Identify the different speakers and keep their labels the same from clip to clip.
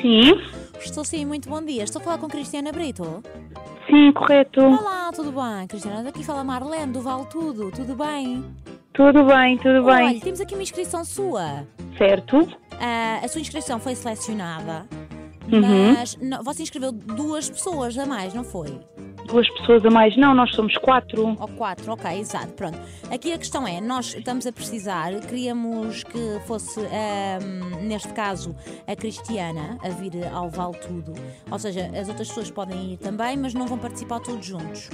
Speaker 1: Sim,
Speaker 2: Estou sim, muito bom dia. Estou a falar com Cristiana Brito.
Speaker 1: sim, correto.
Speaker 2: Olá, tudo bem? Cristiana, daqui fala Marlene do Vale Tudo. Tudo bem?
Speaker 1: Tudo bem, tudo
Speaker 2: Olha,
Speaker 1: bem.
Speaker 2: temos aqui uma inscrição sua.
Speaker 1: Certo?
Speaker 2: Ah, a sua inscrição foi selecionada,
Speaker 1: Uhum.
Speaker 2: mas não- você inscreveu duas pessoas a mais, não foi?
Speaker 1: Duas pessoas a mais? Não, nós somos quatro.
Speaker 2: Ou quatro, ok, exato, pronto. Aqui a questão é, nós estamos a precisar, queríamos que fosse, ahm, neste caso, a Cristiana a vir ao Vale Tudo. Ou seja, as outras pessoas podem ir também, mas não vão participar todos juntos.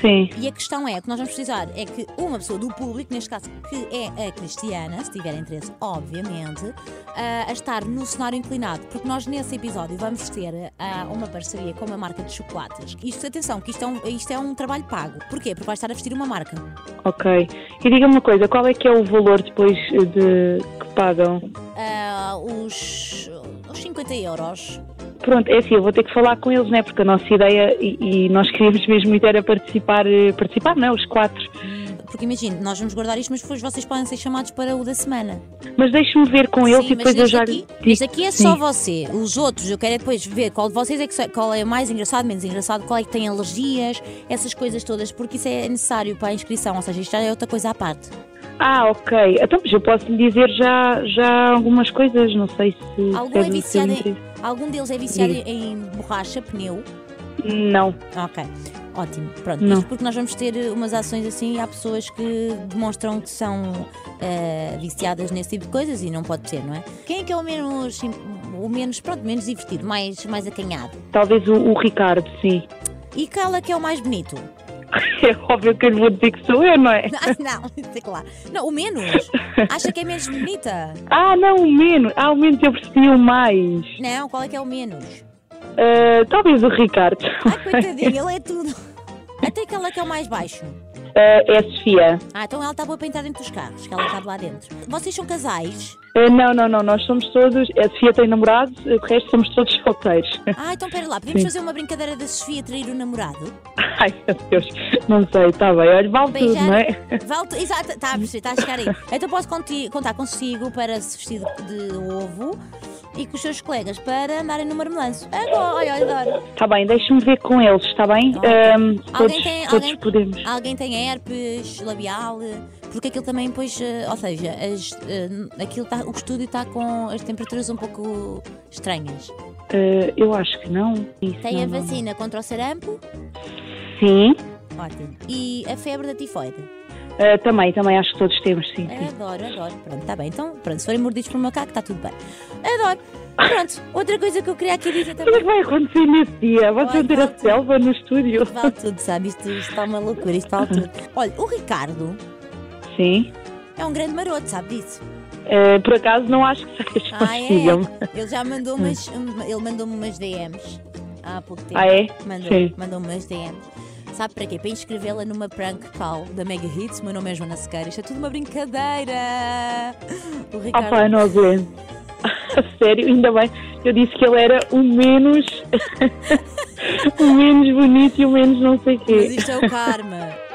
Speaker 1: Sim,
Speaker 2: E a questão é, o que nós vamos precisar é que uma pessoa do público, neste caso que é a Cristiana, se tiver interesse, obviamente, ah, a estar no cenário inclinado, porque nós nesse episódio vamos ter ah, uma parceria com uma marca de chocolates. Isto, atenção, que isto é, um, isto é um trabalho pago. Porquê? Porque vai estar a vestir uma marca.
Speaker 1: ok. E diga-me uma coisa, qual é que é o valor depois eh, de que pagam?
Speaker 2: Ah, os, os 50 euros.
Speaker 1: Pronto, é assim, eu vou ter que falar com eles, né? Porque a nossa ideia, e, e nós queríamos mesmo muito era participar, eh, participar, não é? Os quatro.
Speaker 2: Porque imagino, nós vamos guardar isto, mas depois vocês podem ser chamados para o da semana.
Speaker 1: Mas deixe-me ver com eles
Speaker 2: Sim,
Speaker 1: e
Speaker 2: mas
Speaker 1: depois eu
Speaker 2: neste
Speaker 1: já.
Speaker 2: aqui,
Speaker 1: digo.
Speaker 2: neste aqui é só
Speaker 1: Sim.
Speaker 2: você. Os outros, eu quero é depois ver qual de vocês é que so- qual é mais engraçado, menos engraçado, qual é que tem alergias, essas coisas todas, porque isso é necessário para a inscrição, ou seja, isto já é outra coisa à parte.
Speaker 1: Ah, ok. Então, mas eu posso lhe dizer já, já algumas coisas, não sei se.
Speaker 2: Algum,
Speaker 1: deve
Speaker 2: é
Speaker 1: ser
Speaker 2: viciado em,
Speaker 1: interesse.
Speaker 2: algum deles é viciado em borracha, pneu.
Speaker 1: Não.
Speaker 2: Ok, ótimo. Pronto,
Speaker 1: Não.
Speaker 2: isto porque nós vamos ter umas ações assim e há pessoas que demonstram que são eh, viciadas nesse tipo de coisas e não pode ser, não é? Quem é que é o menos, sim- o menos, pronto, menos divertido, mais, mais acanhado?
Speaker 1: Talvez o, o Ricardo, sim.
Speaker 2: E cala que é o mais bonito?
Speaker 1: É óbvio que eu lhe vou dizer que sou eu, não é?
Speaker 2: Ah, não, sei lá. Não, o menos. Acha que é menos bonita?
Speaker 1: Ah, não, o menos. Ah, o menos eu percebi o mais.
Speaker 2: Não, qual é que é o menos?
Speaker 1: Ah, talvez o Ricardo.
Speaker 2: Ai, coitadinho, ele é tudo. Até aquela que é o mais baixo.
Speaker 1: Ah, é a Sofia.
Speaker 2: Ah, então ela está boa para entrar dentro dos carros, que ela cabe lá dentro. Vocês são casais?
Speaker 1: Ah, não, não, não. Nós somos todos. A Sofia tem namorado, o resto somos todos solteiros.
Speaker 2: Ah, então pera lá, podemos
Speaker 1: Sim.
Speaker 2: fazer uma brincadeira da Sofia trair o namorado?
Speaker 1: Ai, meu Deus. Não sei, está bem. Olha, vale tudo,
Speaker 2: Beijar.
Speaker 1: não é?
Speaker 2: Volto, exato, está a perceber, está a chegar aí. Então posso conti- contar consigo para se vestir de, de ovo e com os seus colegas para andarem no marmelanço. Agora, olha, adoro.
Speaker 1: Está Tá bem, deixa-me ver com eles, está bem?
Speaker 2: Ok.
Speaker 1: Ahm,
Speaker 2: Alguém
Speaker 1: todos
Speaker 2: tem-
Speaker 1: todos
Speaker 2: alguém-
Speaker 1: podemos.
Speaker 2: Alguém tem herpes labial? eh, Porque aquilo também, pois, eh, ou seja, as, eh, aquilo tá, o estúdio está com as temperaturas um pouco estranhas.
Speaker 1: Ah, eu acho que não. Isso,
Speaker 2: Tem
Speaker 1: não, não,
Speaker 2: a
Speaker 1: não.
Speaker 2: vacina contra o sarampo?
Speaker 1: Sim,
Speaker 2: Ótimo. E a febre da tifoide?
Speaker 1: Ah, também, também acho que todos temos, sim. sim.
Speaker 2: Adoro, adoro. Pronto, está bem. Então, pronto, se forem mordidos por um macaco, está tudo bem. Adoro. Pronto, outra coisa que eu queria aqui dizer
Speaker 1: O que é
Speaker 2: também.
Speaker 1: que vai acontecer nesse dia? Vão
Speaker 2: Vai,
Speaker 1: ter
Speaker 2: vai.
Speaker 1: a selva no estúdio?
Speaker 2: Vale tudo, sabe? Isto, isto está uma loucura, isto vale tudo. Olha, o Ricardo
Speaker 1: Sim.
Speaker 2: é um grande maroto, sabe disso?
Speaker 1: Eh, por acaso não acho que seja.
Speaker 2: Ah, é?
Speaker 1: Sigam-me.
Speaker 2: Ele já mandou umas, um- ele mandou-me umas DMs há pouco tempo.
Speaker 1: Ah, é?
Speaker 2: Mandou,
Speaker 1: Sim.
Speaker 2: mandou-me umas DMs. Sabe para quê? Para inscrevê-la numa prank call da Mega Hits. O Meu nome é Joana Sequeira. Isto é tudo uma brincadeira. O
Speaker 1: Ah,
Speaker 2: Ricardo.
Speaker 1: pá, não aguento. A Sério, ainda bem. Eu disse que ele era o menos. o menos bonito e o menos não sei o
Speaker 2: mas
Speaker 1: quê.
Speaker 2: isto é o karma.